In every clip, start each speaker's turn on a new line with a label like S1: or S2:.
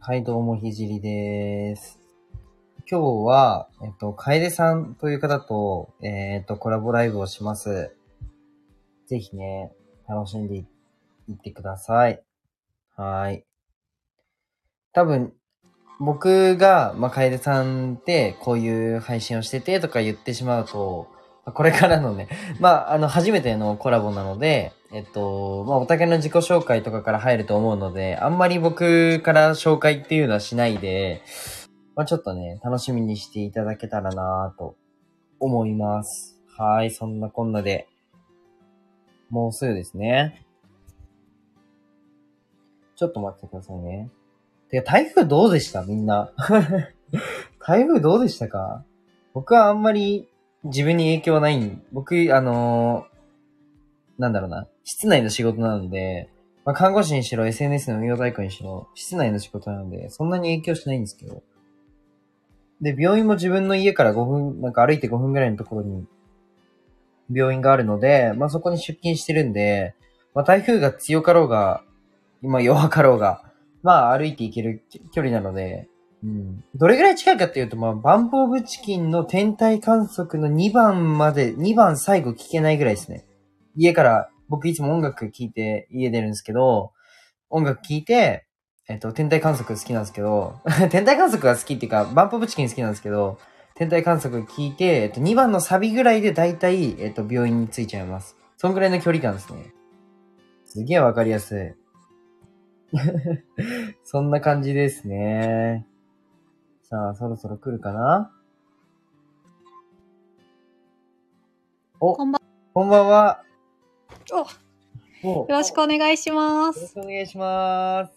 S1: はい、どうも、ひじりです。今日は、えっと、かえでさんという方と、えっと、コラボライブをします。ぜひね、楽しんでいいってください。はーい。多分、僕が、まあ、かえでさんって、こういう配信をしててとか言ってしまうと、まあこれからのね、 まあ、あの、初めてのコラボなので、えっと、まあ、おたけの自己紹介とかから入ると思うので、あんまり僕から紹介っていうのはしないで、まあ、ちょっとね、楽しみにしていただけたらなぁと思います。はい、そんなこんなで、もうすぐですね。ちょっと待ってくださいね。てか、台風どうでしたみんな。 台風どうでしたか僕はあんまり自分に影響はないん、僕、あのーなんだろうな、室内の仕事なので、まあ、看護師にしろ、SNS の運用代行にしろ、室内の仕事なので、そんなに影響しないんですけど。で、病院も自分の家から5分、なんか歩いて5分ぐらいのところに、病院があるので、まあ、そこに出勤してるんで、まあ、台風が強かろうが、今弱かろうが、まあ、歩いていける距離なので、うんどれぐらい近いかっていうと、まあ、バンプオブチキンの天体観測の2番まで、2番最後聞けないぐらいですね。家から、僕いつも音楽聴いて家出るんですけど、音楽聴いて、えっと、天体観測好きなんですけど、 天体観測が好きっていうか、バンプオブチキン好きなんですけど、天体観測聞いて、えっと、2番のサビぐらいで大体、えっと、病院に着いちゃいます。そんぐらいの距離感ですね。すげえわかりやすい。 そんな感じですね。さあ、そろそろ来るかなお、
S2: こんばん
S1: こんばんは。
S2: およ
S1: よ
S2: ろしくお願いしま
S1: よろし
S2: す。
S1: くお願いしま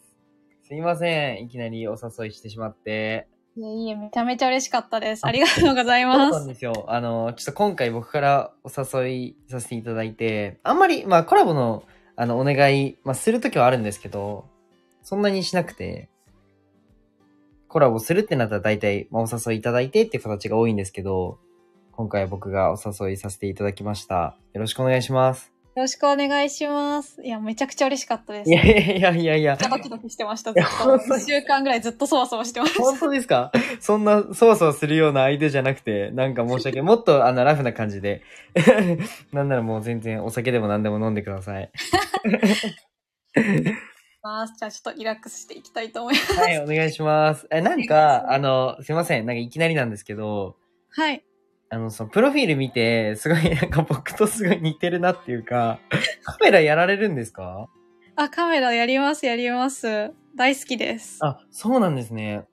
S1: す。すいません。いきなりお誘いしてしまって。
S2: いえいえ、めちゃめちゃ嬉しかったです。ありがとうございま
S1: そうな ん
S2: す。
S1: ですよ。あの、ちょっと今回僕からお誘いさせていただいて、あんまり、まあコラボの、あの、お願い、まあするときはあるんですけど、そんなにしなくて、コラボするってなったら大体、まあ、お誘いいただいてっていう形が多いんですけど、今回僕がお誘いさせていただきました。よろしくお願いします。
S2: よろしくお願いします。いや、めちゃくちゃ嬉しかったです。
S1: いや
S2: めっ
S1: いやいやいや
S2: ち。ゃドキドキしてました、
S1: い
S2: ずっ
S1: や本当
S2: と。
S1: に
S2: 1週間ぐらいずっとそわそわしてまし た。
S1: 本当ですかそんな、そわそわするような相手じゃなくて、なんか申し訳、もっとあの、ラフな感じで。 なんならもう全然お酒でも何でも飲んでください。
S2: まあじゃあちょっとリラックスしていきたいと思います。
S1: はい、お願いします。え、なんか、あの、すいません、なんかいきなりなんですけど、
S2: はい。
S1: あの、その、プロフィール見て、すごい、なんか僕とすごい似てるなっていうか、 カメラやられるんですか
S2: あ、カメラやります、やります。大好きです。
S1: あ、そうなんですね。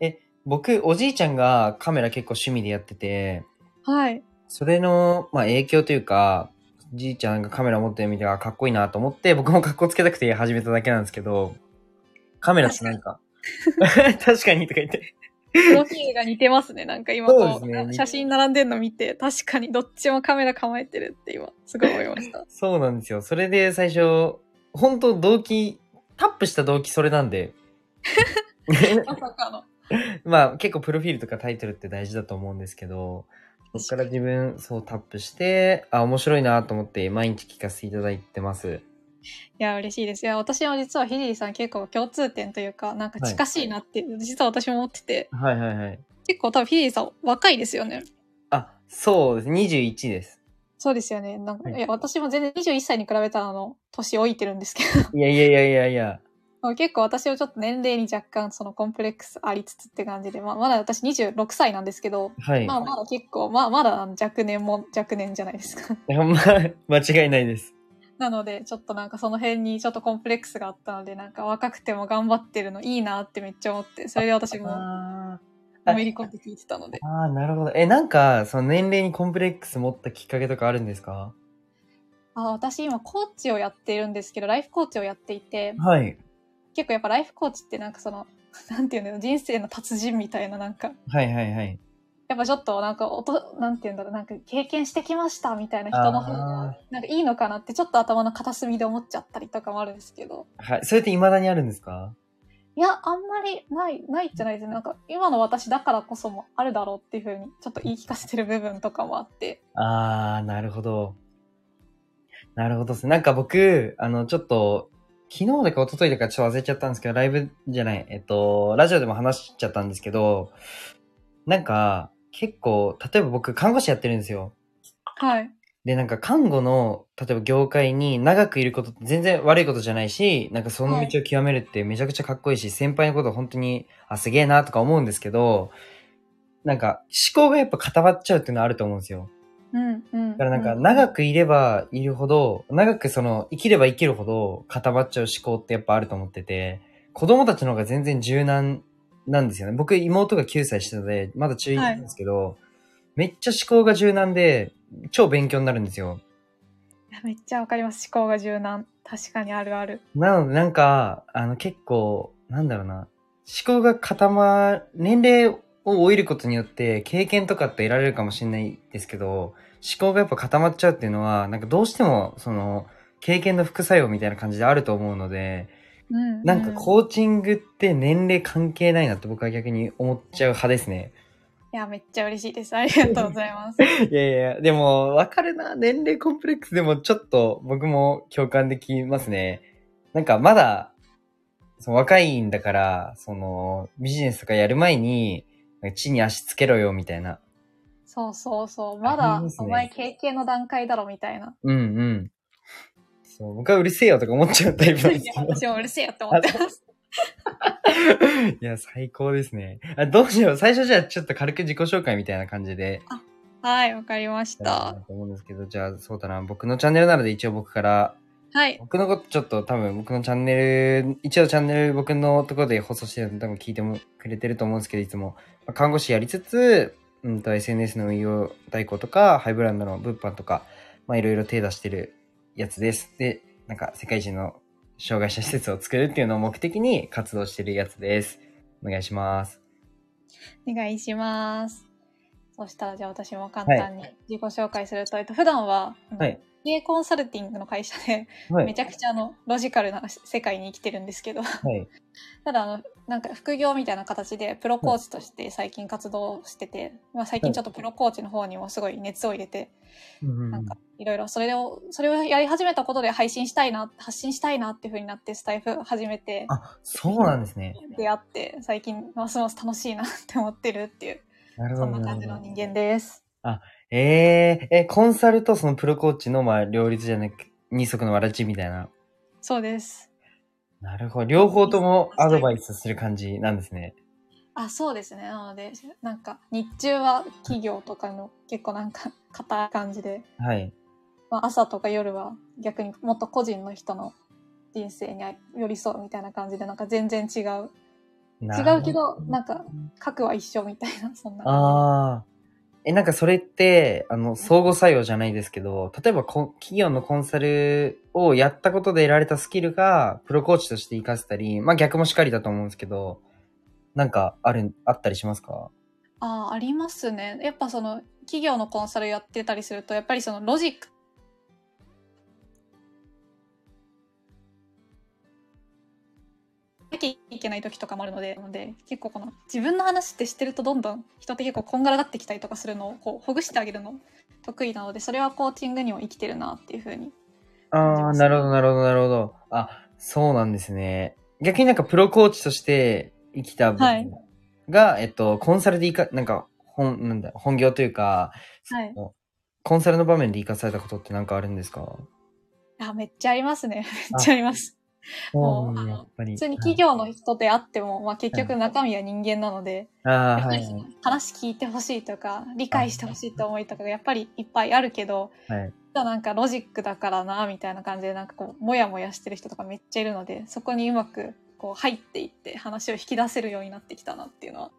S1: え、僕、おじいちゃんがカメラ結構趣味でやってて、
S2: はい。
S1: それの、まあ、影響というか、じいちゃんがカメラ持ってるみたいなかっこいいなと思って、僕もかっこつけたくて始めただけなんですけど、カメラってなん か、確かにとか言って。
S2: プロフィールが似てますね、なんか今
S1: そう
S2: こ
S1: です
S2: う、
S1: ね似て
S2: 写真並んでるの見て、確かにどっちもカメラ構えてるって今、すごい思いました。
S1: そうなんですよ。それで最初、本当動機、タップした動機それなん で。
S2: まさかの。
S1: まあ結構プロフィールとかタイトルって大事だと思うんですけど、そっから自分、そうタップして、あ、面白いなと思って毎日聞かせていただいてます。
S2: いや、嬉しいです。いや、私も実はひじりさん結構共通点というか、なんか近しいなって、実は私も思ってて、
S1: はいはいはい。
S2: 結構多分ひじりさん若いですよね。
S1: あ、そうです。21です。
S2: そうですよね。なんか、
S1: はい
S2: い、や、私も全然21歳に比べたらあの、年老いてるんですけど
S1: いやいやいやいやいや。、
S2: まあ 結構私はちょっと年齢に若干そのコンプレックスありつつって感じで、まあまだ私26歳なんですけど、
S1: はい。
S2: まあまだ結構、まあまだあの若年も若年じゃないですか。
S1: い やまあ、間違いないです。
S2: なので、ちょっとなんかその辺にちょっとコンプレックスがあったので、なんか若くても頑張ってるのいいなってめっちゃ思って、それで私も
S1: あ
S2: のめり込んで聞いてたので。
S1: あー、なるほど。え、なんか、その年齢にコンプレックス持ったきっかけとかあるんですか
S2: あ私今コーチをやっているんですけどライフコーチをやっていて
S1: はい。
S2: 結構やっぱライフコーチってなんかその なんていうの人生の達人みたいななんか
S1: はいはいはい。
S2: やっぱちょっとなんかおとなんていうんだろうなんか経験してきましたみたいな人の方
S1: あ
S2: がなんかいいのかなってちょっと頭の片隅で思っちゃったりとかもあるんですけど
S1: はい。それって未だにあるんですか
S2: いやあんまりないないじゃないですねなんか今の私だからこそもあるだろうっていうふうにちょっと言い聞かせてる部分とかもあって
S1: ああ、なるほど。なるほどですね。なんか僕、あの、ちょっと、昨日だか一昨日だかちょっと忘れちゃったんですけど、ライブじゃない、えっと、ラジオでも話しちゃったんですけど、なんか、結構、例えば僕、看護師やってるんですよ。
S2: はい。
S1: で、なんか看護の、例えば業界に長くいることって全然悪いことじゃないし、なんかその道を極めるってめちゃくちゃかっこいいし、先輩のこと本当に、あ、すげえなとか思うんですけど、なんか思考がやっぱ固まっちゃうっていうのはあると思うんですよ。
S2: うんうん。
S1: だからなんか
S2: う
S1: 長くいればいるほど、長くその生きれば生きるほど固まっちゃう思考ってやっぱあると思ってて、子供たちの方が全然柔軟なんですよね。僕妹が9歳したので、まだ中1なんですけど、めっちゃ思考が柔軟で、超勉強になるんですよ。
S2: いやめっちゃわかります。思考が柔軟。確かにあるある。
S1: なのでなんか、あの結構、なんだろうな、思考が固ま、年齢を老いることによって経験とかって得られるかもしれないですけど、思考がやっぱ固まっちゃうっていうのは、なんかどうしても、その、経験の副作用みたいな感じであると思うので、
S2: うん、
S1: なんかコーチングって年齢関係ないなって僕は逆に思っちゃう派ですね。
S2: いや、めっちゃ嬉しいです。ありがとうござい ます。
S1: いやいや、でも、わかるな。年齢コンプレックスでも、ちょっと僕も共感できますね。なんか、まだ、その若いんだから、その、ビジネスとかやる前に、なんか地に足つけろよ、みたいな。
S2: そうそうそう。ま
S1: あ
S2: だ
S1: ります、ね
S2: お前経験の段階だろ、みたいな。
S1: うんうん。そう、僕はうるせえよとか思っちゃうタイプなんです
S2: い
S1: け
S2: や
S1: ど。
S2: 私も嬉しいやって思って ます。
S1: いや、最高ですね。あどうしよう。最初じゃあ、ちょっと軽く自己紹介みたいな感じで。
S2: はい、わかりまし
S1: やろうか
S2: た。
S1: なと思うんですけど、じゃあ、そうだな。僕のチャンネルなので、一応僕から
S2: はい。
S1: 僕のことちょっと多分僕のチャンネル、一応チャンネル僕のところで放送してるの多分聞いてもくれてると思うんですけど、いつも。まあ看護師やりつつ、うんと SNS の運用代行とか、ハイブランドの物販とか、まあいろいろ手出してるやつです。で、なんか世界中の障害者施設を作るっていうのを目的に活動してるやつです。お願いします。
S2: お願いします。そしたら、じゃあ私も簡単に自己紹介すると、えっと、普段は、うん
S1: はい
S2: 経営コンサルティングの会社で、
S1: は
S2: め
S1: い。
S2: ちゃくちゃあの、ロジカルな世界に生きてるんですけど、
S1: はい。
S2: ただあのなんか副業みたいな形でプロコーチとして最近活動してて、まあ、最近ちょっとプロコーチの方にもすごい熱を入れて、
S1: うんう
S2: なんんかいろいろそれをそれをやり始めたことで配信したいな発信したいなっていう風になってスタイフ始めて
S1: あ、そうなんですね。
S2: 出会って最近ますます楽しいなって思ってるっていう
S1: なるほ
S2: そ
S1: ど。
S2: んな感じの人間です。
S1: えええ、コンサルとそのプロコーチの、まあ、両立じゃなく、二足のわらじみたいな。
S2: そうです。
S1: なるほど。両方ともアドバイスする感じなんですね。
S2: あそうですねなのでなんか日中は企業とかの結構なんか硬い感じで
S1: はい。
S2: まあ、朝とか夜は逆にもっと個人の人の人生に寄り添うみたいな感じでなんか全然違う
S1: なるほ
S2: 違うけどなんか核は一緒みたいなそんな感
S1: ああ。え、なんかそれって、あの、相互作用じゃないですけど、例えばこ企業のコンサルをやったことで得られたスキルが、プロコーチとして活かせたり、まあ逆もしかりだと思うんですけど、なんかある、あったりしますか
S2: じあーありますねやっぱその企業のコンサルやってたりするとやっぱりそのロジックなきゃいけない時とかもあるのでなので結構この自分の話ってしてるとどんどん人って結構こんがらがってきたりとかするのをこうほぐしてあげるの得意なのでそれはコーチングにも生きてるなっていうふうに
S1: ああ、なるほど、なるほど、なるほど。あ、そうなんですね。逆になんかプロコーチとして生きた分
S2: はい
S1: が、えっと、コンサルでいか、なんか、本、なんだ、本業というか、
S2: はい。
S1: コンサルの場面で生かされたことってなんかあるんですか
S2: あ、めっちゃありますね。めっちゃあります。
S1: そうな
S2: もう
S1: んだ
S2: あの
S1: やっぱり。
S2: 普通に企業の人であっても、まあ結局中身は人間なので、
S1: ああ
S2: や
S1: ー、
S2: っ
S1: は
S2: ぱ
S1: い
S2: りその話聞いてほしいとか、理解してほしいと思いとかがやっぱりいっぱいあるけど、
S1: はい。はい。
S2: ただなんかロジックだからな、みたいな感じで、なんかこう、もやもやしてる人とかめっちゃいるので、そこにうまくこう入っていって話を引き出せるようになってきたなっていうのは。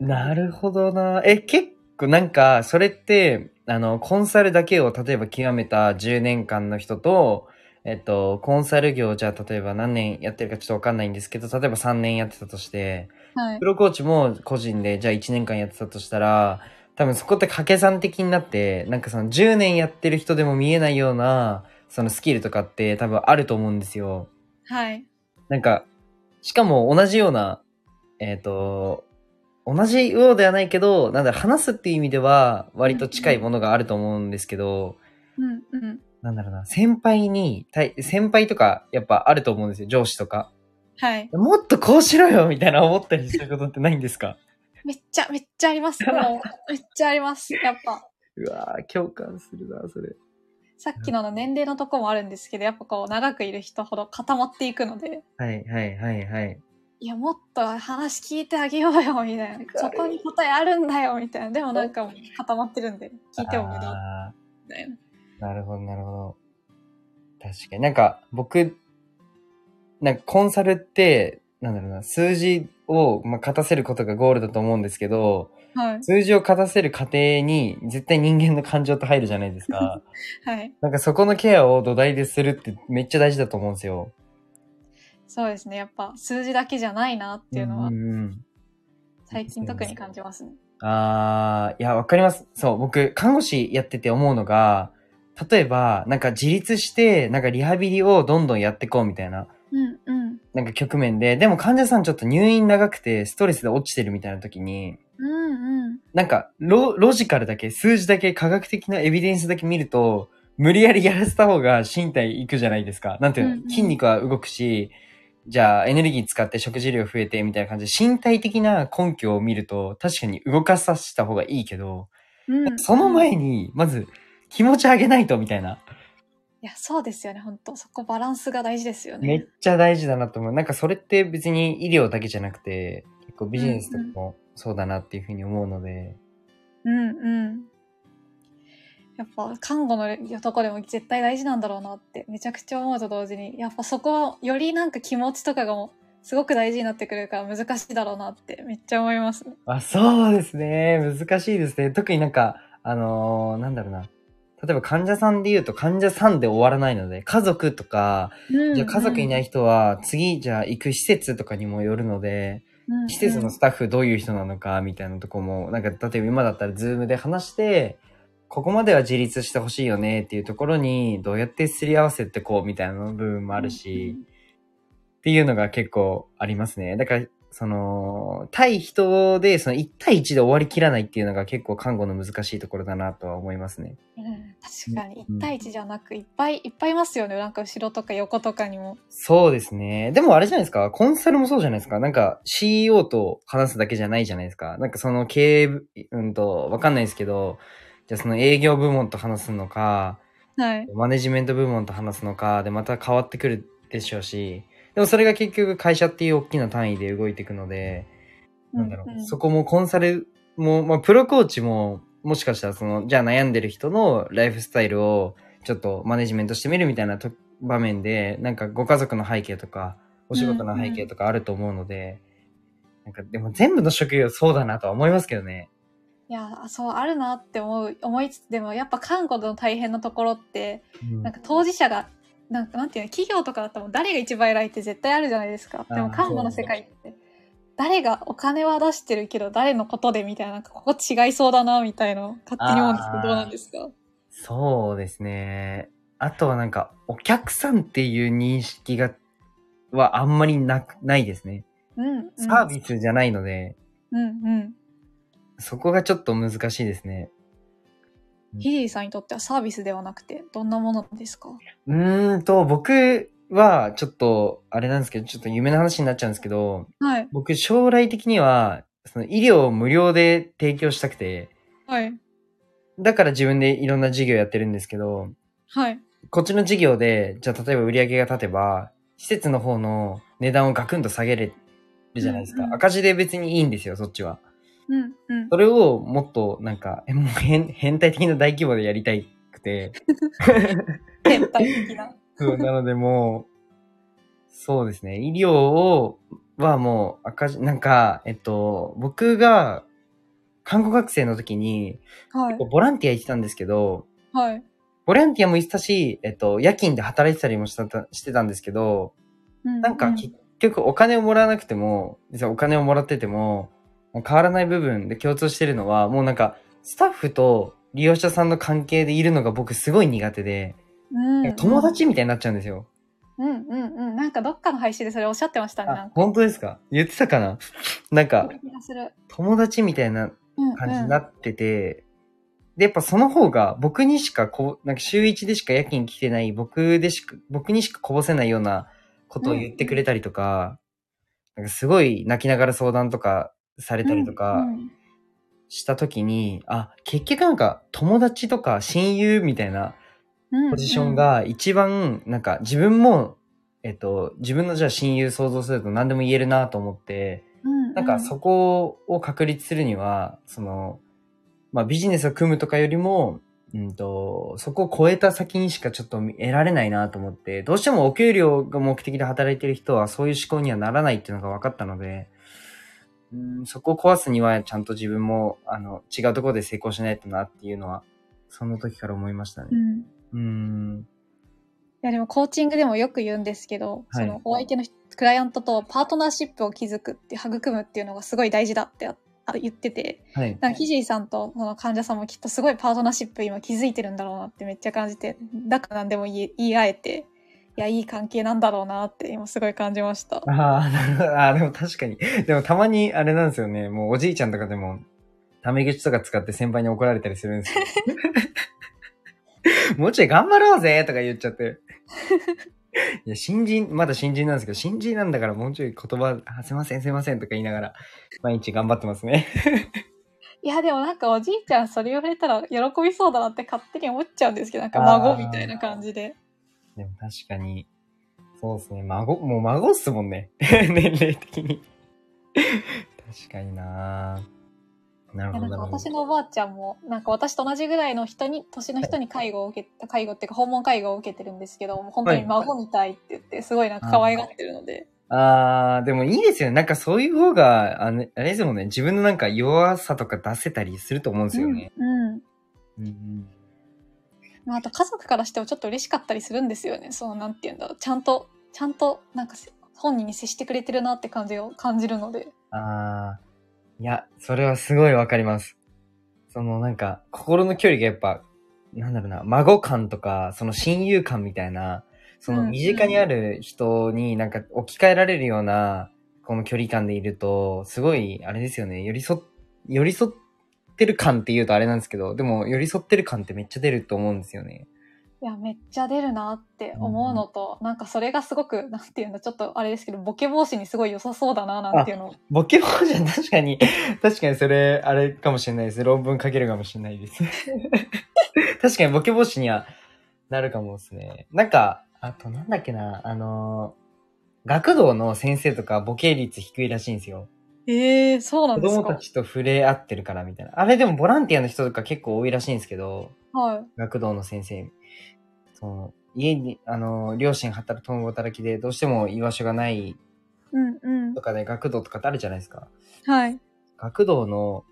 S1: なるほどな。え、結構なんか、それって、あの、コンサルだけを例えば極めた10年間の人と、えっと、コンサル業じゃあ例えば何年やってるかちょっとわかんないんですけど、例えば3年やってたとして、
S2: はい
S1: プ。ロコーチも個人でじゃあ1年間やってたとしたら、多分そこって掛け算的になって、なんかその10年やってる人でも見えないような、そのスキルとかって多分あると思うんですよ。
S2: はい。
S1: なんか、しかも同じような、えっ、と、同じようではないけど、なんだろう、話すっていう意味では、割と近いものがあると思うんですけど、
S2: うんうん。
S1: なんだろうな、先輩に、たい先輩とかやっぱあると思うんですよ、上司とか。
S2: はい。
S1: もっとこうしろよみたいな思ったりすることってないんですか
S2: めっちゃ、めっちゃあります。もう、めっちゃあります。やっぱ、
S1: うわぁ、共感するな、それ。
S2: さっきのあの年齢のとこもあるんですけど、やっぱこう、長くいる人ほど固まっていくので、
S1: はいはいはいはい。
S2: いや、もっと話聞いてあげようよ、みたいな。そこに答えあるんだよ、みたいな。でもなんかもう固まってるんで、聞いても無駄、
S1: あ
S2: みたいな。
S1: ーなるほどなるほど。確かになんか僕、なんかコンサルって、なんだろうな、数字を、まあ、勝たせることがゴールだと思うんですけど、
S2: はい。
S1: 数字を勝たせる過程に絶対人間の感情と入るじゃないです か。
S2: はい。
S1: なんかそこのケアを土台でするってめっちゃ大事だと思うんですよ。
S2: そうですね。やっぱ、数字だけじゃないなっていうのは
S1: ん、んうん
S2: 最近特に感じますね。
S1: あー、いや、わかります。そう、僕、看護師やってて思うのが、例えば、なんか自立して、なんかリハビリをどんどんやってこうみたいな、
S2: うん、うん。
S1: なんか局面で、でも患者さんちょっと入院長くてストレスで落ちてるみたいな時に、
S2: うん、うん。
S1: なんかロ、ロジカルだけ、数字だけ、科学的なエビデンスだけ見ると、無理やりやらせた方が身体いくじゃないですか。なんていうの、
S2: うんうん
S1: 筋肉は動くし、じゃあエネルギー使って食事量増えてみたいな感じで、身体的な根拠を見ると、確かに動かさせた方がいいけど、
S2: うん、
S1: その
S2: い
S1: 前に、まず、気持ち上げないと、みたいな。
S2: やそうですよね本当そこバランスが大事ですよね
S1: めっちゃ大事だなと思う。なんかそれって別に医療だけじゃなくて、結構ビジネスとかもそうだなっていうふうに思うので。
S2: うんうんやっぱ看護のとこでも絶対大事なんだろうなってめちゃくちゃ思うと同時にやっぱそこはよりなんか気持ちとかがもうすごく大事になってくるから難しいだろうなってめっちゃ思いますね
S1: あ、そうですね。難しいですね。特になんか、あのーなんだろうな。例えば患者さんで言うと患者さんで終わらないので、家族とか、じゃあ家族いない
S2: い、
S1: 人は次じゃあ行く施設とかにもよるので、
S2: うんうん
S1: 施設のスタッフどういう人なのかみたいなとこも、なんか例えば今だったらズームで話して、ここまでは自立してほしいよねっていうところにどうやってすり合わせてこうみたいな部分もあるし、っていうのが結構ありますね。だから、その、対人で、その1対1で終わりきらないっていうのが結構看護の難しいところだなとは思いますね。
S2: うんうん確かに
S1: うん
S2: 1対1じゃなくいっぱいいっぱいいますよねなんか後ろとか横とかにも
S1: そうですね。でもあれじゃないですか、コンサルもそうじゃないですか。なんか CEO と話すだけじゃないじゃないですか。なんかその経営部、うんと、わかんないですけど、じゃあその営業部門と話すのか、
S2: はい
S1: マネジメント部門と話すのかでまた変わってくるでしょうし、でもそれが結局会社っていう大きな単位で動いていくので、なんだろう、
S2: うんうん
S1: そこもコンサルも、まあ、プロコーチも、もしかしたらその、じゃあ悩んでる人のライフスタイルをちょっとマネジメントしてみるみたいなと場面で、なんかご家族の背景とか、お仕事の背景とかあると思うので、なんかでも全部の職業そうだなとは思いますけどね。
S2: いやそうあるなって思う思いつつでもやっぱ看護の大変なところって
S1: うん
S2: なんか当事者がなんかなんていうの企業とかだったらもう誰が一番偉いって絶対あるじゃないですか
S1: あー
S2: でも看護の世界って誰がお金は出してるけど誰のことでみたいななんかここ違いそうだなみたいの勝手に思うんですけ
S1: あー
S2: どどうなんですか
S1: そうですね。あとはなんか、お客さんっていう認識が、はあんまりなく、ないですね。
S2: うん、うん、
S1: サービスじゃないので、
S2: うんうん
S1: そこがちょっと難しいですね。
S2: ヒディさんにとってはサービスではなくてどんなものですか
S1: うーんと、僕はちょっと、あれなんですけど、ちょっと夢の話になっちゃうんですけど、
S2: はい
S1: 僕将来的には、その医療を無料で提供したくて、
S2: はい
S1: だから自分でいろんな事業やってるんですけど、
S2: はい
S1: こっちの事業で、じゃあ例えば売り上げが立てば、施設の方の値段をガクンと下げれるじゃないですか。
S2: うんうん
S1: 赤字で別にいいんですよ、そっちは。
S2: うんうん
S1: それをもっとなんか、 えもう変変態的な大規模でやりたいくて。
S2: 全体的な
S1: そう、なのでもう、そうですね。医療を、はもう赤字、なんか、えっと、僕が、看護学生の時に、
S2: はい
S1: ボランティア行ってたんですけど、
S2: はい
S1: ボランティアも行ってたし、えっと、夜勤で働いてたりもしたたしてたんですけど、なんか結局お金をもらわなくても、実はお金をもらってても、変わらない部分で共通してるのは、もうなんか、スタッフと利用者さんの関係でいるのが僕すごい苦手で、
S2: うんうん
S1: 友達みたいになっちゃうんですよ。
S2: うんうんうんなんかどっかの配信でそれおっしゃってましたねなん
S1: あ
S2: か、
S1: 本当ですか言ってたかななんか、
S2: 気がする
S1: 友達みたいな
S2: うんうん
S1: 感じになってて、で、やっぱその方が僕にしかこう、なんか週一でしか夜勤来てない僕でしか、僕にしかこぼせないようなことを言ってくれたりとか、なんかすごい泣きながら相談とかされたりとか、
S2: うん
S1: した時に、あ、結局なんか友達とか親友みたいな
S2: うん
S1: ポジション、が一番なんか自分も、えっと、自分のじゃあ親友想像すると何でも言えるなと思って、
S2: うん
S1: なんかそこを確立するには、その、まあビジネスを組むとかよりも、うんと、そこを超えた先にしかちょっと得られないなと思って、どうしてもお給料が目的で働いてる人はそういう思考にはならないっていうのが分かったので、うん、そこを壊すにはちゃんと自分も、あの、違うところで成功しないとなっていうのは、その時から思いました
S2: う
S1: ね。
S2: ん
S1: うん。
S2: いやでもコーチングでもよく言うんですけど、
S1: はい
S2: そのお相手の人クライアントとパートナーシップを築くって育むっていうのがすごい大事だってああ言ってて
S1: はい。
S2: なんかひじいさんとその患者さんもきっとすごいパートナーシップ今築いてるんだろうなってめっちゃ感じてだから何でも言い言い合えていやいい関係なんだろうなって今すごい感じました。
S1: ああ、なるほど。ああ、でも確かに。でもたまにあれなんですよね。もうおじいちゃんとかでも、タメ口とか使って先輩に怒られたりするんですよ。 もうちょい頑張ろうぜとか言っちゃって。いや、新人、まだ新人なんですけど、新人なんだからもうちょい言葉、あすいません、すいませんとか言いながら、毎日頑張ってますね。
S2: いやでもなんかおじいちゃんそれ言われたら喜びそうだなって勝手に思っちゃうんですけどなんか孫みたいな感じで。
S1: でも確かに、そうですね。孫、もう孫っすもんね。 年齢的に。確かにななる
S2: い
S1: ほ
S2: やな
S1: ど
S2: ん
S1: な
S2: か
S1: るほ
S2: 私
S1: ど。
S2: のおばあちゃんもなんか私と同じぐらいの人に年の人に介護を受けた介護っていうか訪問介護を受けてるんですけどもう本当に孫みたいって言ってすごいなんか可愛がってるので、
S1: あー、でもいいですよね。なんかそういう方が、あのあれですもんね。自分のなんか弱さとか出せたりすると思うんですよね。
S2: うんうん
S1: うん
S2: まあ、あと家族からしてもちょっと嬉しかったりするんですよねそのなんて言うんだろうちゃんとちゃんとなんかせ本人に接してくれてるなって感じを感じるので
S1: あー、いや、それはすごいわかります。そのなんか、心の距離がやっぱ、なんだろうな、孫感とか、その親友感みたいな、その身近にある人になんか置き換えられるような、この距離感でいると、すごい、あれですよね、寄り添っ、寄り添ってる感って言うとあれなんですけど、でも寄り添ってる感ってめっちゃ出ると思うんですよね。
S2: いやめっちゃ出るなって思うのと、なんかそれがすごくなんて言うんだちょっとあれですけどボケ防止にすごい良さそうだななんていうのを
S1: ボケ防止は確かに、確かにそれ、あれかもしれないです。論文書けるかもしれないです。確かにボケ防止にはなるかもですね。なんか、あとなんだっけな、あのー学童の先生とかボケ率低いらしいんですよ。
S2: えー、そうなん
S1: 子
S2: です
S1: 供た
S2: か
S1: ちと触れ合ってるからみたいな。あれでもボランティアの人とか結構多いらしいんですけど、
S2: はい
S1: 学童の先生。その家に、あのー両親働く共働きでどうしても居場所がない
S2: うんうん
S1: とかで学童とかってあるじゃないですか。
S2: はい
S1: 学童の、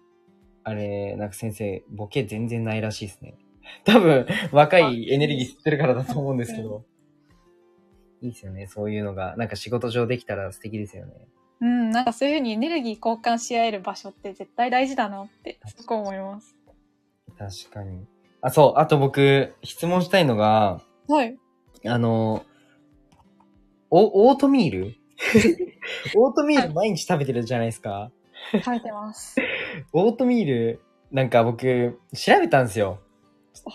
S1: あれ、なんか先生、ボケ全然ないらしいですね。 多分、若いエネルギー吸ってるからだと思うんですけど。いいですよね、そういうのが。なんか仕事上できたら素敵ですよね。
S2: うん、なんかそういうふうにエネルギー交換し合える場所って絶対大事だなって
S1: 確かに
S2: すごい思います。
S1: 確かに。あ、そう、あと僕、質問したいのが、
S2: はい。
S1: あの、お、オートミール オートミール毎日食べてるじゃないですか。
S2: 書いて ます。
S1: オートミール、なんか僕、調べたんですよ。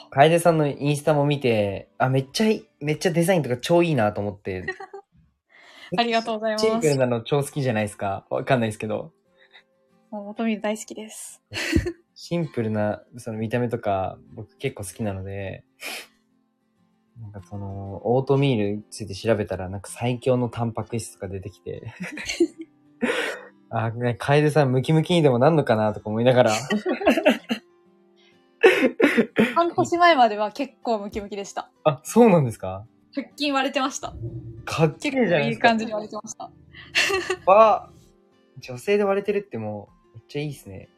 S1: 楓さんのインスタも見て、あ、めっちゃいい、めっちゃデザインとか超いいなと思って。
S2: ありがとうございます
S1: シンプルなの超好きじゃないですか。わかんないですけど。
S2: もう元見る大好きです。
S1: シンプルな、その見た目とか、僕結構好きなので、なんかその、オートミールについて調べたら、なんか最強のタンパク質とか出てき て。あ、ね、楓さんムキムキにでもなんのかなとか思いながら。
S2: 半年前までは結構ムキムキでした。
S1: あ、そうなんですか
S2: 腹筋割れてました。
S1: かっけ
S2: 結
S1: えじゃな
S2: 構
S1: い
S2: い
S1: で
S2: い
S1: すか。
S2: 感じに割れてました。
S1: は、女性で割れてるってもう、めっちゃいいですね。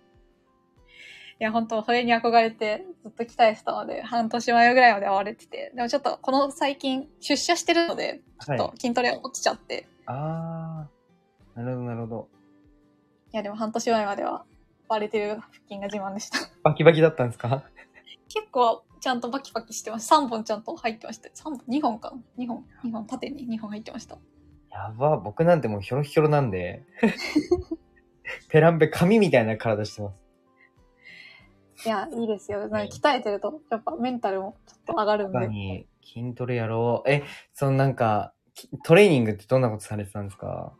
S2: いや、本当それに憧れてずっと期待してたので、半年前ぐらいまでは割れてて、でもちょっとこの最近出社してるので、ちょ
S1: は
S2: っ
S1: い
S2: と。筋トレ落ちちゃって、い、
S1: あー、なるほど、なるほど。
S2: や、でも半年前までは割れてる腹筋が自慢でした。
S1: バキバキだったんですか
S2: 結構ちゃんとバキバキしてました。3本ちゃんと入ってました。三本、2本か。2本、二本、縦に2本入ってました。
S1: やば、僕なんてもうヒョロヒョロなん で。ペランペ、紙みたいな体してます。
S2: いや、いいですよ。な
S1: は
S2: ん
S1: い
S2: か鍛えてると、やっぱメンタルもちょっと上がるん
S1: 他
S2: で。
S1: に筋トレやろう。え、そのなんか、きトレーニングってどんなことされてたんですか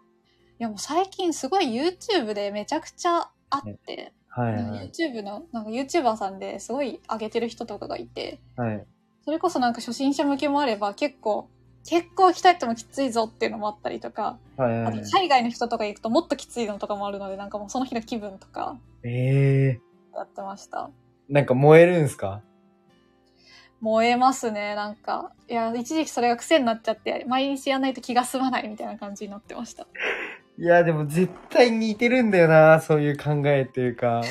S2: いやもう最近すごい YouTube でめちゃくちゃあって、
S1: はい
S2: なん
S1: は
S2: か
S1: い。
S2: YouTube の、なんか YouTuber さんですごい上げてる人とかがいて、
S1: はい。
S2: それこそなんか初心者向けもあれば結構、結構鍛えてもきついぞっていうのもあったりとか、
S1: はい
S2: あ
S1: は
S2: と
S1: い。
S2: 海外の人とか行くともっときついのとかもあるので、なんかもうその日の気分とか
S1: ええ
S2: やってました。
S1: ー。なんか燃えるんすか
S2: 燃えますね、なんか。いや、一時期それが癖になっちゃって、毎日やんないと気が済まないみたいな感じになってました。
S1: いや、でも絶対似てるんだよな、そういう考えっていうか。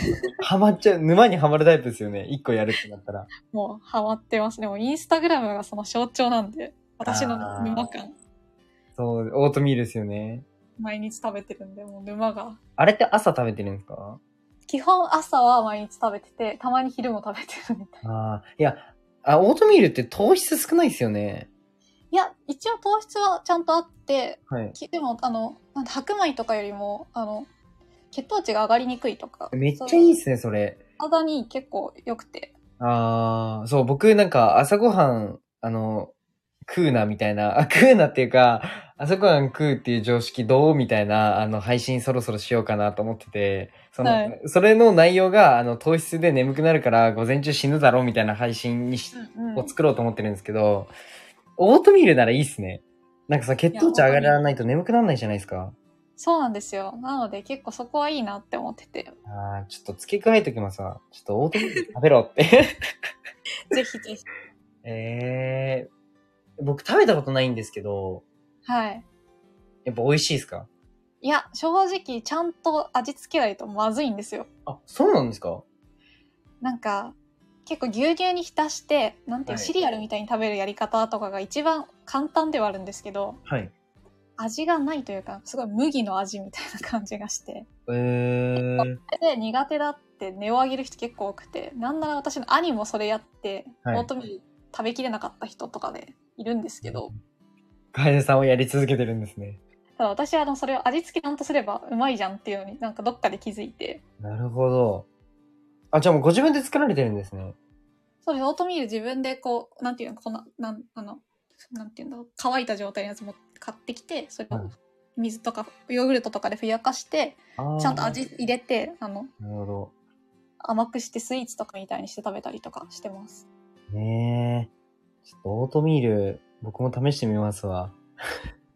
S1: ハマっちゃう、沼にはまるタイプですよね。一個やるってなったら。
S2: もうハマってますね。もうインスタグラムがその象徴なんで、私の沼感、
S1: そう、オートミールですよね。
S2: 毎日食べてるんで、もう沼が。
S1: あれって朝食べてるんですか
S2: 基本朝は毎日食べてて、たまに昼も食べてるみたいな。
S1: ああ、いや、あ、オートミールって糖質少ないですよね。
S2: いや、一応糖質はちゃんとあって、
S1: はい。
S2: きでも、あの、なんだ白米とかよりも、あの、血糖値が上がりにくいとか。
S1: めっちゃいい
S2: っ
S1: っすね、それ。
S2: 体に結構良くて。
S1: ああ、そう、僕なんか朝ごはん、あの、食うなみたいな、あ、食うなっていうか、朝ごはん食うっていう常識どうみたいな、あの、配信そろそろしようかなと思ってて、その、
S2: はい
S1: それの内容が、あの、糖質で眠くなるから午前中死ぬだろうみたいな配信にし、
S2: うん
S1: を作ろうと思ってるんですけど、オートミールならいいっすね。なんかさ、血糖値上がらないと眠くならないじゃないですか。
S2: そうなんですよ。なので結構そこはいいなって思ってて、
S1: ああ、ちょっと付け加えときますわ。ちょっとオートミール食べろって。
S2: ぜひぜひ。
S1: ええ僕食べたことないんですけど、
S2: はい。
S1: やっぱ美味しいですか
S2: いや、正直、ちゃんと味付けないとまずいんですよ。
S1: あ、そうなんですか
S2: なんか結構ぎゅうぎゅうに浸してなんていう、
S1: はい
S2: シリアルみたいに食べるやり方とかが一番簡単ではあるんですけど
S1: はい。
S2: 味がないというかすごい麦の味みたいな感じがして
S1: ええ
S2: それで苦手だって根を上げる人結構多くてなんなら私の兄もそれやって、
S1: はい
S2: オートミール食べきれなかった人とかでいるんですけど
S1: 楓さんをやり続けてるんですね。
S2: ただ私はあのそれを味付けなんとすればうまいじゃんっていうのになんかどっかで気づいて
S1: なるほど。あ、じゃあもうご自分で作られてるんですね。
S2: そうですオートミール自分でこうなんていうのこんななんあのなんていうんだろう乾いた状態のやつも買ってきてそれ
S1: は
S2: を
S1: い
S2: 水とかヨーグルトとかでふやかして
S1: ああ。
S2: ちゃんと。味入れてあの
S1: なるほど。
S2: 甘くしてスイーツとかみたいにして食べたりとかしてます
S1: ねえ。ちょっとオートミール、僕も試してみますわ。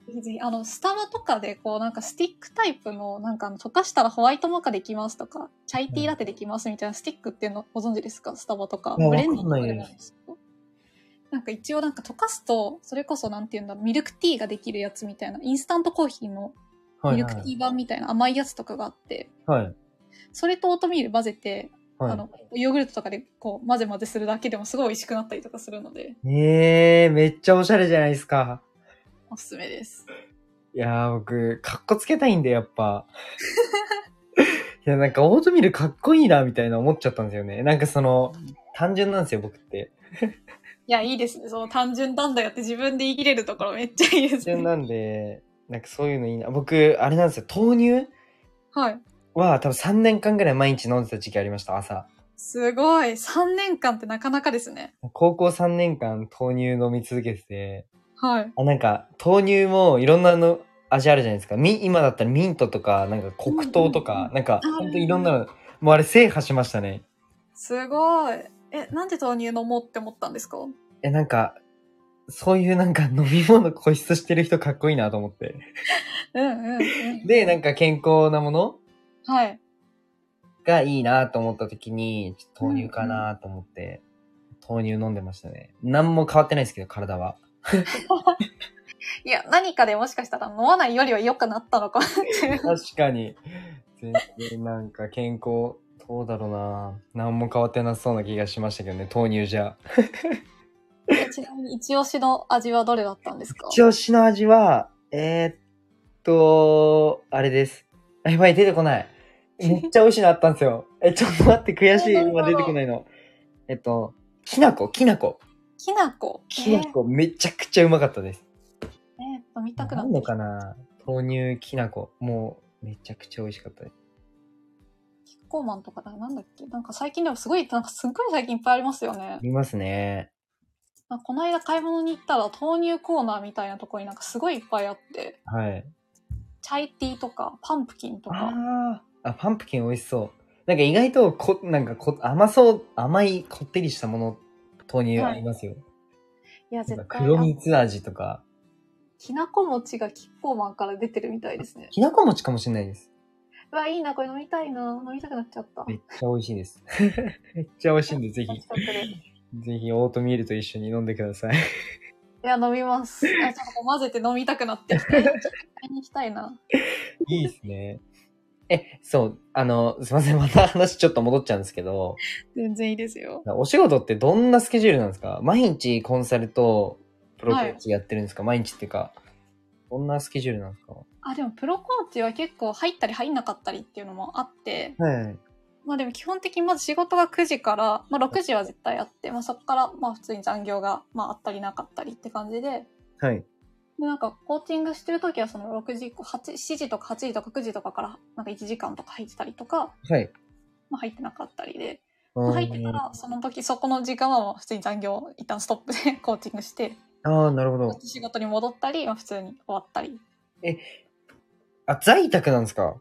S2: ぜひぜひあのスタバとかでこうなんかスティックタイプのなんかあの溶かしたらホワイトモカできますとかチャイティーラテできますみたいなスティックっていうのご存知ですかスタバとか
S1: いや
S2: ブレンドと
S1: わか
S2: か
S1: ん
S2: で
S1: ない
S2: も
S1: です
S2: ないですかなんか一応なんか溶かすとそれこそなんていうんだろうミルクティーができるやつみたいなインスタントコーヒーの
S1: は
S2: ミ
S1: い、
S2: ル
S1: は
S2: クティ
S1: い。
S2: ー版みたいな甘いやつとかがあって、
S1: はい。
S2: それとオートミール混ぜて、あ
S1: は
S2: の、ヨーグルトとかでこう混ぜ混ぜするだけでもすごい美味しくなったりとかするので、
S1: い。ええめっちゃおしゃれじゃないですか。
S2: おすすめです。
S1: いやー、僕、かっこつけたいんで、やっぱ。 いや、なんか、オートミールかっこいいな、みたいな思っちゃったんですよね。なんか、その、単純なんですよ、僕って。
S2: いや、いいですね。その単純なんだよって自分で言い切れるところめっちゃいいです
S1: 単純
S2: ね。
S1: なんで、なんかそういうのいいな。僕、あれなんですよ、豆乳
S2: はい。
S1: は多分3年間ぐらい毎日飲んでた時期ありました、朝。
S2: すごい。3年間ってなかなかですね。
S1: 高校3年間豆乳飲み続けてて、
S2: はい。
S1: あ、なんか、豆乳もいろんなの味あるじゃないですか。み、今だったらミントとか、なんか黒糖と
S2: うんうん
S1: か
S2: う、
S1: なんか、
S2: あー
S1: ほんといろんなの、もうあれ制覇しましたね。
S2: すごい。え、なんで豆乳飲もうって思ったんですか
S1: え、なんか、そういうなんか飲み物固執してる人かっこいいなと思って。
S2: うんうんうん。
S1: で、なんか健康なもの
S2: はい。
S1: がいいなと思った時に、ちょっと豆乳かなと思って、豆乳飲んでましたね。何も変わってないですけど、体は。
S2: いや、何かでもしかしたら飲まないよりは良くなったのかなっ ていう。
S1: 確かに。全然なんか健康、どうだろうな何も変わってなさそうな気がしましたけどね、豆乳じゃ。
S2: えちなみに、一押しの味はどれだったんですか
S1: 一押しの味は、えー、っと、あれです。 あやばい、出てこない。めっちゃ美味しいのあったんですよ。 え、ちょっと待って、悔しい。
S2: えなんだ
S1: 今
S2: ろう
S1: 出てこないの。えっと、きなこ、きなこ。
S2: きなこ。
S1: きなこ、めちゃくちゃうまかったです。
S2: えーえー飲みたく
S1: な
S2: なっ
S1: ん
S2: て
S1: の
S2: きた
S1: かな豆乳きなこ。もう、めちゃくちゃ美味しかったです。
S2: コーマンとかだ、なんだっけなんか最近でもすごい、なんかすっごい最近いっぱいありますよね
S1: あ。りますね。
S2: なんかこの間買い物に行ったら豆乳コーナーみたいなとこになんかすごいいっぱいあって、
S1: はい。
S2: チャイティーとかパンプキンとか。
S1: ああ。あ、パンプキン美味しそう。なんか意外とこ、なんかこ甘そう、甘いこってりしたもの、豆乳ありますよ。
S2: いや、絶
S1: なんか
S2: 対、
S1: 黒
S2: あ
S1: 蜜味とか。
S2: きなこ餅がキッコーマンから出てるみたいですね。
S1: きなこ餅かもしれないです。
S2: うわ、いいな、これ飲みたいな。飲みたくなっちゃった。
S1: めっちゃ美味しいです。 めっちゃ美味しいんで、ぜひ、
S2: 近くでい
S1: ぜひオートミールと一緒に飲んでください。
S2: や、飲み ます。あちょっと混ぜて飲みたくなってきて。買いに行きたいな。
S1: いいですね。え、そう、あの、すいません、また話ちょっと戻っちゃうんですけど、
S2: 全然いいですよ。
S1: お仕事ってどんなスケジュールなんですか毎日コンサルとプロコーチやってるんですか、毎日っていうか、どんなスケジュールなんですか
S2: あ、でもプロコーチは結構入ったり入んなかったりっていうのもあって、
S1: はい。
S2: まあでも基本的にまず仕事が9時から、まあ6時は絶対あって、まあそこからまあ普通に残業がまああったりなかったりって感じで、
S1: はい。
S2: で、なんか、コーチングしてるときは、その6時、8、7時とか8時とか9時とかから、なんか1時間とか入ってたりとか、
S1: はい。
S2: まあ入ってなかったりで、
S1: う
S2: ま
S1: ん
S2: あ入ってから、その時、そこの時間はもう普通に残業、一旦ストップで コーチングして、
S1: ああ、なるほど。
S2: 仕事に戻ったり、まあ普通に終わったり。
S1: あ、在宅なんですか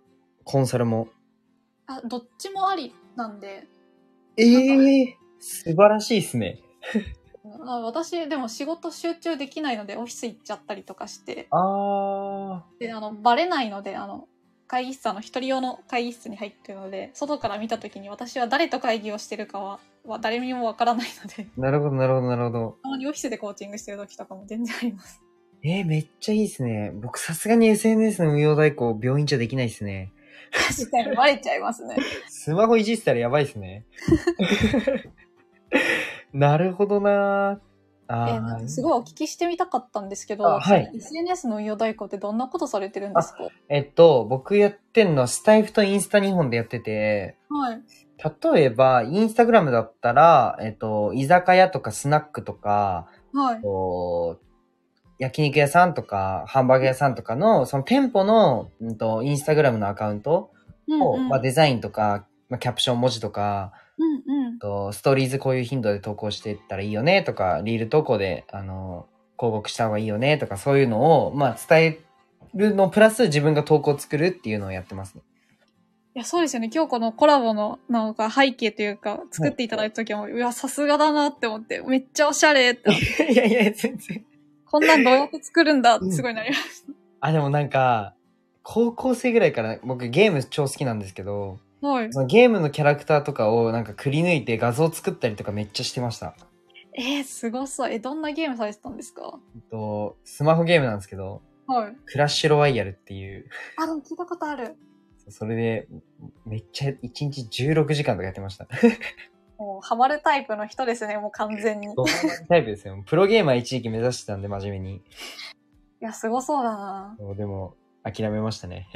S1: コンサルも。
S2: あ、どっちもありなんで、
S1: ええ素晴らしいっすね。
S2: うんまあ私、でも仕事集中できないので、オフィス行っちゃったりとかして、
S1: ああ、
S2: で、あの、バレないので、あの、会議室、あの、一人用の会議室に入ってるので、外から見た時に私は誰と会議をしてるかは、は誰にもわからないので、
S1: なるほど、なるほど、なるほど。
S2: たまにオフィスでコーチングしてる時とかも全然あ ります。
S1: えー、めっちゃいいっすね。僕さすがに SNS の運用代行、病院じゃできないっすね。
S2: 確かにバレちゃいますね。
S1: スマホいじってたらやばいっすね。なるほどなー
S2: え
S1: あ
S2: なん
S1: ー
S2: かすごいお聞きしてみたかったんですけど、
S1: あはい
S2: SNS の運用代行ってどんなことされてるんですか
S1: えっと、僕やってんのはスタイフとインスタ2本でやってて、
S2: はい。
S1: 例えば、インスタグラムだったら、えっと、居酒屋とかスナックとか、
S2: はい。
S1: こう焼肉屋さんとか、ハンバーグ屋さんとかの、その店舗の、うんと、インスタグラムのアカウント
S2: うん
S1: を、
S2: うん。
S1: まあ、デザインとか、まあ、キャプション文字とか、
S2: うんうん
S1: あ。とストーリーズこういう頻度で投稿していったらいいよねとか、リール投稿で、あの、広告した方がいいよねとか、そういうのを、まあ、伝えるのプラス自分が投稿を作るっていうのをやってますね。
S2: いや、そうですよね。今日このコラボの、なんか背景というか、作っていただいた時も、いや、さすがだなって思って、めっちゃおしゃれって思って、
S1: いやいや、全然。
S2: こんなんどうやって作るんだって すごいなりました。
S1: あ、でもなんか、高校生ぐらいから僕ゲーム超好きなんですけど、
S2: はい。
S1: そのゲームのキャラクターとかをなんかくり抜いて画像作ったりとかめっちゃしてました。
S2: えー、すごそう。え、どんなゲームされてたんですか
S1: えっと、スマホゲームなんですけど、
S2: はい。
S1: クラッシュロワイヤルっていう、
S2: あ、でも聞いたことある。
S1: それで、めっちゃ1日16時間とかやってました。
S2: もう、ハマるタイプの人ですね、もう完全に。い
S1: ドハマりタイプですよ。プロゲーマー一時期目指してたんで、真面目に。
S2: や、すごそうだな
S1: そうでも、諦めましたね。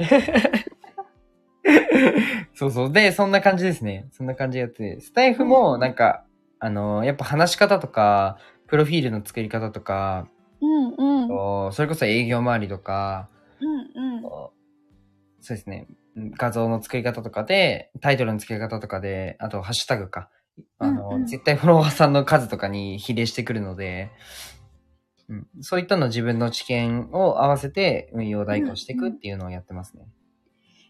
S1: そうそう。で、そんな感じですね。そんな感じでやって。スタイフも、なんか、あの、やっぱ話し方とか、プロフィールの作り方とか、
S2: うんうん。うん
S1: おそれこそ営業周りとか、
S2: うん。
S1: そうですね。うん画像の作り方とかで、タイトルの付け方とかで、あとハッシュタグか。あの、
S2: うんうん
S1: 絶対フォロワーさんの数とかに比例してくるので、うん、そういったの自分の知見を合わせて運用代行していくっていうのをやってますね。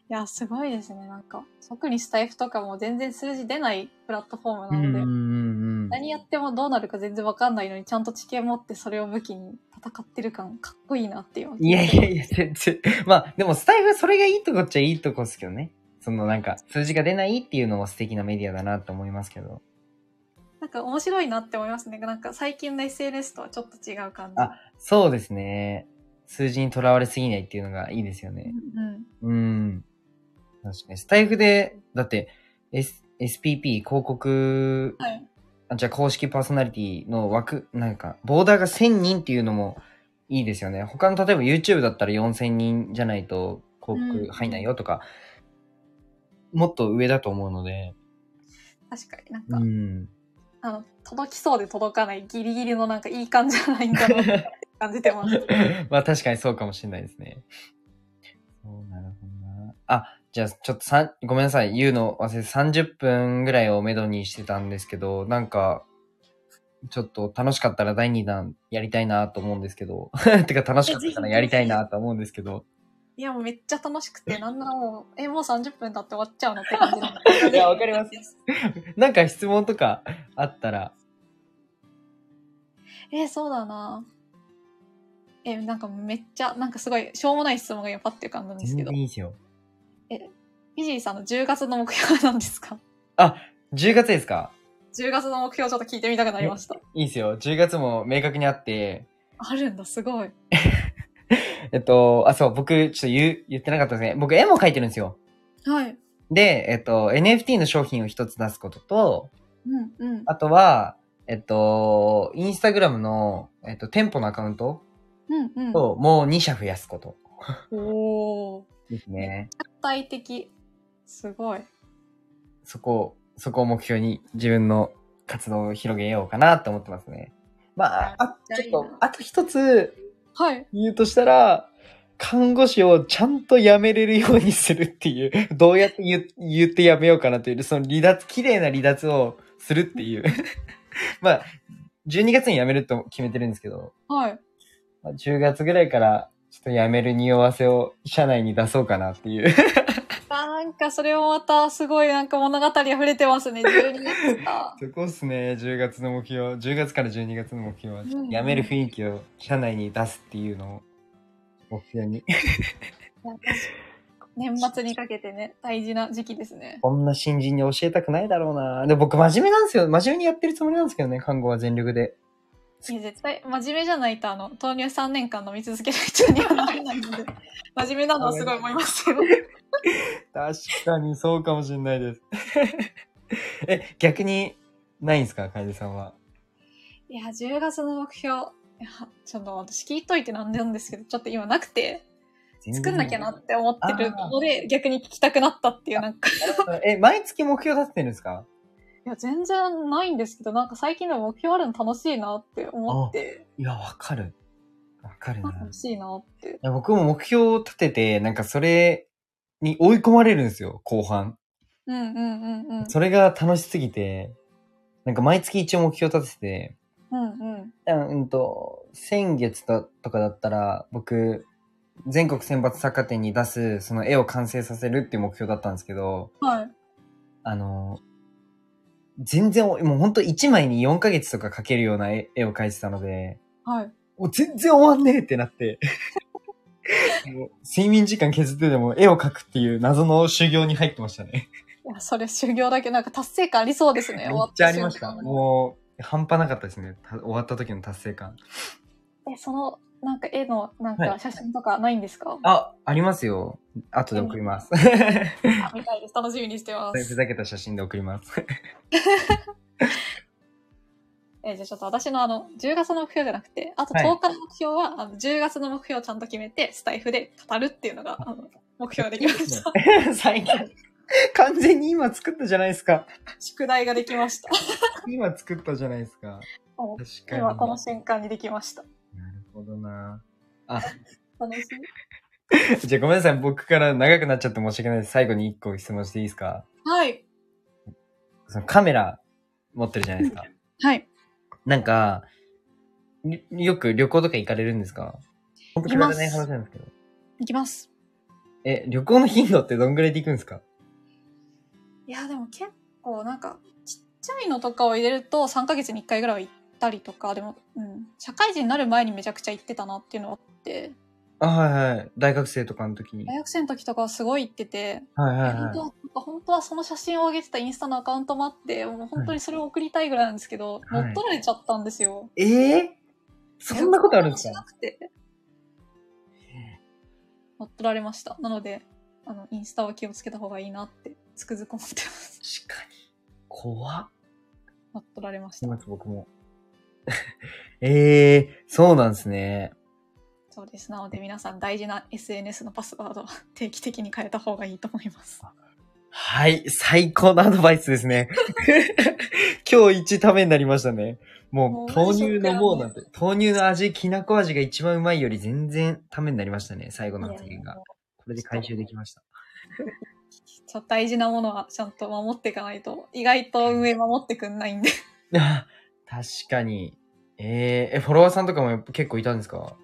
S2: いや、すごいですね、なんか。特にスタイフとかも全然数字出ないプラットフォー
S1: う
S2: ムなんの
S1: う
S2: で、
S1: んうん。
S2: 何やってもどうなるか全然わかんないのに、ちゃんと知見持ってそれを武器に戦ってる感、かっこいいなっていう。
S1: いやいやいや、全然。まあ、でもスタイフそれがいいとこっちゃいいとこですけどね。そのなんか、数字が出ないっていうのも素敵なメディアだなと思いますけど。
S2: なんか面白いなって思いますね。なんか最近の SNS とはちょっと違う感じ。
S1: あそうですね。数字にとらわれすぎないっていうのがいいですよね。
S2: うんう
S1: う
S2: ん。
S1: ん。確かに。スタイフで、だって、S、SPP、広告、
S2: はい。
S1: あ、じゃあ公式パーソナリティの枠、なんか、ボーダーが1000人っていうのもいいですよね。他の、例えば YouTube だったら4000人じゃないと広
S2: うん
S1: 告入んないよとか、もっと上だと思うので。
S2: 確かになんか、
S1: うん。
S2: あの、届きそうで届かないギリギリのなんかいい感じじゃないんだろうなって感じてます。
S1: まあ確かにそうかもしれないですね。そう、なるほどな。あ、じゃあ、ちょっとさん、ごめんなさい、言うの忘れて30分ぐらいをめどにしてたんですけど、なんか、ちょっと楽しかったら第2弾やりたいなと思うんですけど、 てか楽しかったからやりたいなと思うんですけど、
S2: いや、もうめっちゃ楽しくて、なんならもう、え、もう30分だって終わっちゃうのって感じなんだ
S1: い やわかります。なんか質問とかあったら、
S2: え、そうだな。え、なんかめっちゃ、なんかすごい、しょうもない質問が今パッて浮かんだんです
S1: 全
S2: けど
S1: 然、いいですよ。
S2: フィジーさんの10月の目標は何ですか
S1: 10月ですか
S2: ?10 月の目標ちょっと聞いてみたくなりました。
S1: いいですよ。10月も明確にあって、
S2: あるんだ、すごい。
S1: えっと、あ、そう、僕、ちょっと言う、言ってなかったですね。僕、絵も描いてるんですよ。
S2: はい。
S1: で、えっと、NFT の商品を一つ出すことと、
S2: うん、うん。
S1: あとは、えっと、インスタグラムの、えっと、店舗のアカウント
S2: うん、うん。
S1: をもう2社増やすこと
S2: おー。
S1: ですね。
S2: 具体的。すごい。
S1: そこを、そこを目標に自分の活動を広げようかなと思ってますね。まあ、あ、
S2: めっちゃい
S1: ち
S2: い
S1: ょ
S2: な
S1: っと、あと一つ
S2: はい。
S1: 言うとしたら、看護師をちゃんと辞めれるようにするっていう、 どうやって言言って辞めようかなという、その離脱、綺麗な離脱をするっていう。 まあ、12月に辞めると決めてるんですけど、
S2: はい。
S1: まあ10月ぐらいからちょっと辞める匂わせを社内に出そうかなっていう。
S2: なんかそれもまたすごいなんか物語溢れてますね。12 月か。
S1: そこっすね、10月の目標、10月から12月の目標は、
S2: うん
S1: 辞める雰囲気を社内に出すっていうのを目標に。
S2: なんか年末にかけてね、大事な時期ですね。
S1: こんな新人に教えたくないだろうな。で、僕真面目なんですよ。真面目にやってるつもりなんですけどね、看護は全力で。
S2: いや絶対真面目じゃないとあの豆乳3年間飲み続ける人にはなれない ので真面目なのはすごい思いますけど
S1: 確かにそうかもしれないです。 え、逆に、ないんですか、楓さんは。
S2: いや10月の目標いやちょっと私聞いといてなんでなんですけどちょっと今なくて作んなきゃなって思ってるので逆に聞きたくなったっていうなんか
S1: え、毎月目標立ててるんですか
S2: いや全然ないんですけどなんか最近でも目標あるの楽しいなって思って
S1: いや、わかる。わかるな。
S2: 楽しいなっ
S1: い
S2: て
S1: や僕も目標を立てて、なんかそれに追い込まれるんですよ、後半。
S2: うんうんうんうん
S1: それが楽しすぎて、なんか毎月一応目標立てて、
S2: うんうん
S1: うんうんと、先月だとかだったら、僕、全国選抜作家展に出す、その絵を完成させるっていう目標だったんですけど、
S2: はい
S1: あの、全然、もうほんと1枚に4ヶ月とか描けるような絵絵を描いてたので、
S2: はい
S1: もう全然終わんねえってなって、もう睡眠時間削ってでも絵を描くっていう謎の修行に入ってましたね。
S2: いやそれ修行だけどなんか達成感ありそうですね
S1: めっ
S2: 終わ
S1: ちゃあ
S2: た
S1: り
S2: 瞬間
S1: ました。もう、半端なかったですね。た終わった時の達成感。
S2: え、その、なんか絵の、なん
S1: は
S2: か写真とかないんですか、
S1: あ、ありますよ。後で送ります。
S2: あ見たいです。楽しみにしてま
S1: ふ
S2: す。
S1: ざけた写真で送ります。
S2: え、じゃあちょっと私のあの、10月の目標じゃなくて、あと
S1: はい
S2: 10日の目標は、あの10月の目標をちゃんと決めて、スタイフで語るっていうのが、あの、目標ができました。
S1: 最近、完全に今作ったじゃないですか。
S2: 宿題ができました。
S1: 今作ったじゃないですか。
S2: お
S1: 確かに。
S2: 今この瞬間にできました。
S1: なるほどな。あ、
S2: 楽しみ。
S1: じゃあごめんなさい。僕から長くなっちゃって申し訳ないです。最後に一個質問していいですか
S2: はい。
S1: そのカメラ持ってるじゃないですか。
S2: はい。
S1: なんか、りよく旅行とか行かれるんですか本当くだらない
S2: 行きま
S1: 話
S2: す
S1: なんですけど。
S2: いきます。
S1: え、旅行の頻度ってどんぐらいで行くんですか
S2: いや、でも結構なんか、ちっちゃいのとかを入れると、3ヶ月に1回ぐらいは行ったりとか、でも、うん。社会人になる前にめちゃくちゃ行ってたなっていうのはあって、
S1: あ、はいはい。大学生とかの時に。
S2: 大学生の時とかはすごい行ってて、
S1: はいはい
S2: 本当
S1: は
S2: は本当はその写真を上げてたインスタのアカウントもあって、もう本当にそれを送りたいぐらいなんですけど、
S1: はい
S2: 乗っ取られちゃったんですよ。
S1: い。えー、そんなことあるんです
S2: しな
S1: か
S2: くて。乗っ取られました。なので、あの、インスタは気をつけた方がいいなって、つくづく思ってます。
S1: 確かに。怖っ。
S2: 乗っ取られまし
S1: して
S2: た。
S1: ます、僕も。 ええそうなんですね。
S2: そうです。なので皆さん大事な SNS のパスワードは 定期的に変えた方がいいと思います。
S1: はい、最高のアドバイスですね。 今日一ためになりましたね。もう、
S2: もう
S1: 豆乳飲もうなんて、豆乳の味、きなこ味が一番うまいより全然ためになりましたね。最後の発言が。これで回収できました。
S2: ちょっと大事なものはちゃんと守っていかないと、意外と運営守ってくんないんで。
S1: あ 確かに。えー、え、フォロワーさんとかもやっぱ結構いたんですか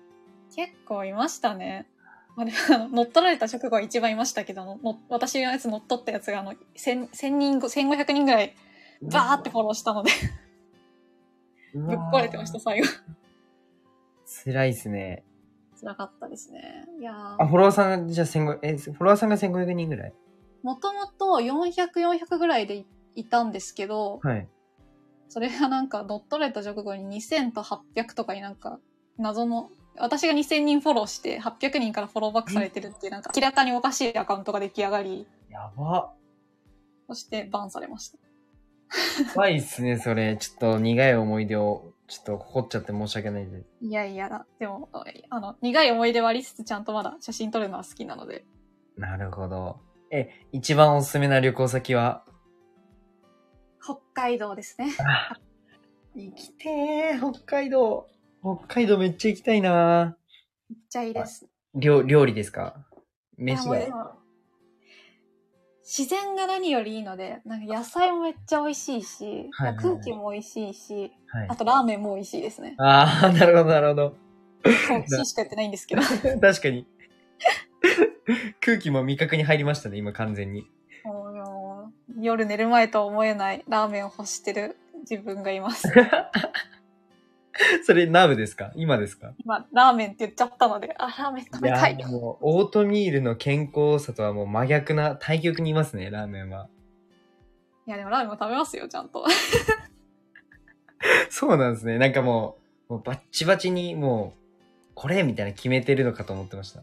S2: 結構いましたね。あれ、あの乗っ取られた直後は一番いましたけど、あのの私のやつ乗っ取ったやつが、あの、1000 1000人、1500人ぐらい、バーってフォローしたので、
S1: う
S2: ぶっ
S1: わ
S2: 壊れてました、。最後。
S1: 辛いですね。
S2: 辛かったですね。いや
S1: あ、フォロワーさんが、じゃあ1500、え、フォロワーさんが1500人ぐらい
S2: もともと400、400ぐらいでいいたんですけど、
S1: はい。
S2: それがなんか乗っ取られた直後に2000と800とかになんか謎の、私が2000人フォローして800人からフォローバックされてるっていうなんか明らかにおかしいアカウントが出来上がり、
S1: やば。
S2: そしてバンされました。
S1: 怖いっすね、それ。ちょっと苦い思い出を、ちょっと誇っちゃって申し訳ないです。
S2: いやいや、でも、あの、苦い思い出はありつつちゃんとまだ写真撮るのは好きなので。
S1: なるほど。え、一番おすすめな旅行先は
S2: 北海道ですね。
S1: あ行きてえ、北海道。北海道めっちゃ行きたいな
S2: めっちゃいいです。
S1: 料、料理ですか
S2: いや
S1: 飯
S2: もうで
S1: は。
S2: も自然が何よりいいので、なんか野菜もめっちゃ美味しいし、
S1: はいはいはい
S2: 空気も美味しいし、
S1: はい
S2: あ。とラーメンも美味しいで すね。
S1: ああ、なるほど、なるほど。
S2: そう、ししかやってないんです けど。
S1: 確かに。空気も味覚に入りましたね、今完全に。
S2: もうもう夜寝る前とは思えないラーメンを欲してる自分が います。
S1: それ、ナブですか今ですか
S2: 今、ラーメンって言っちゃったので、あ、ラーメン食べたい。
S1: ーもう、オートミールの健康さとはもう真逆な、対極にいますね、ラーメンは。
S2: いや、でもラーメンも食べますよ、ちゃんと。
S1: そうなんですね。なんかもう、もうバッチバチに、もう、これみたいな決めてるのかと思ってました。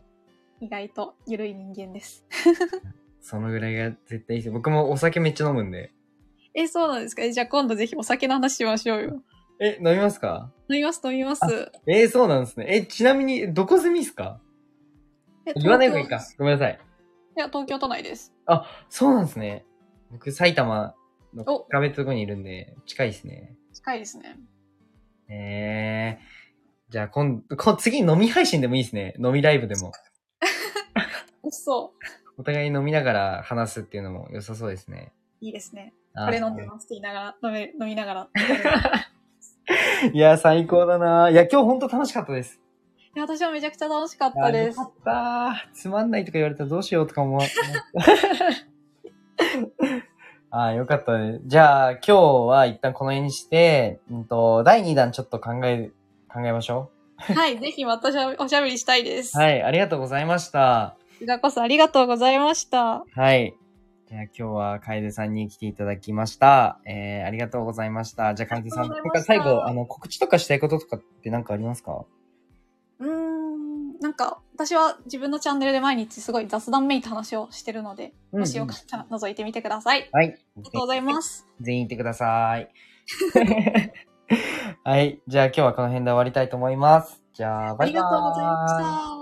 S2: 意外と緩い人間です。
S1: そのぐらいが絶対いいです。僕もお酒めっちゃ飲むんで。
S2: え、そうなんですかえじゃあ今度ぜひお酒の話しましょうよ。
S1: え、飲みますか
S2: 飲みます、飲みます。
S1: えーそうなんですね。え、ちなみに、どこ住みっすか
S2: え
S1: 言わない方がいいか
S2: 東。
S1: ごめんなさい。
S2: 京いや、東京都内です。
S1: そうなんですね。僕、埼玉の
S2: お
S1: 壁ってとこにいるんで、近いですね。
S2: 近いですね。
S1: ええじゃあ、今度、こ次飲み配信でもいいですね。飲みライブでも。
S2: 美味しそう。
S1: お互い飲みながら話すっていうのも良さそうですね。
S2: いいですね。
S1: あー
S2: これ飲んでますって言いながら、飲め、飲みながら。
S1: いや、最高だな。いや、今日ほんと楽しかったです。
S2: いや私はめちゃくちゃ楽しかっ
S1: あ
S2: たです
S1: よ。かった。つまんないとか言われたらどうしようと か思わああ、よかったね。じゃあ、今日は一旦この辺にして、うんと、第2弾ちょっと考え、考えましょう。
S2: はい、ぜひまたしゃおしゃべりしたいです。。
S1: はいい、ありがとうございました。
S2: こちらこそありがとうございました。
S1: はい。じゃあ今日は楓さんに来ていただきました。えー、ありがとうございました。じゃあ楓さ
S2: あ
S1: ん、
S2: りが
S1: な
S2: と
S1: ん
S2: うござい
S1: か
S2: ました
S1: 最後、あの、告知とかしたいこととかって何かありますか
S2: うーん、なんか私は自分のチャンネルで毎日すごい雑談めいた話をしてるので、もしよか
S1: っ
S2: ったら覗いてみてください。あ
S1: た。はい。あり
S2: りがとうござい
S1: す。
S2: ます。
S1: 全員いてください。 はい。じゃあ今日はこの辺で終わりたいと思います。じゃあ、バ
S2: あ
S1: イ
S2: り
S1: バーイ。
S2: がとうございました。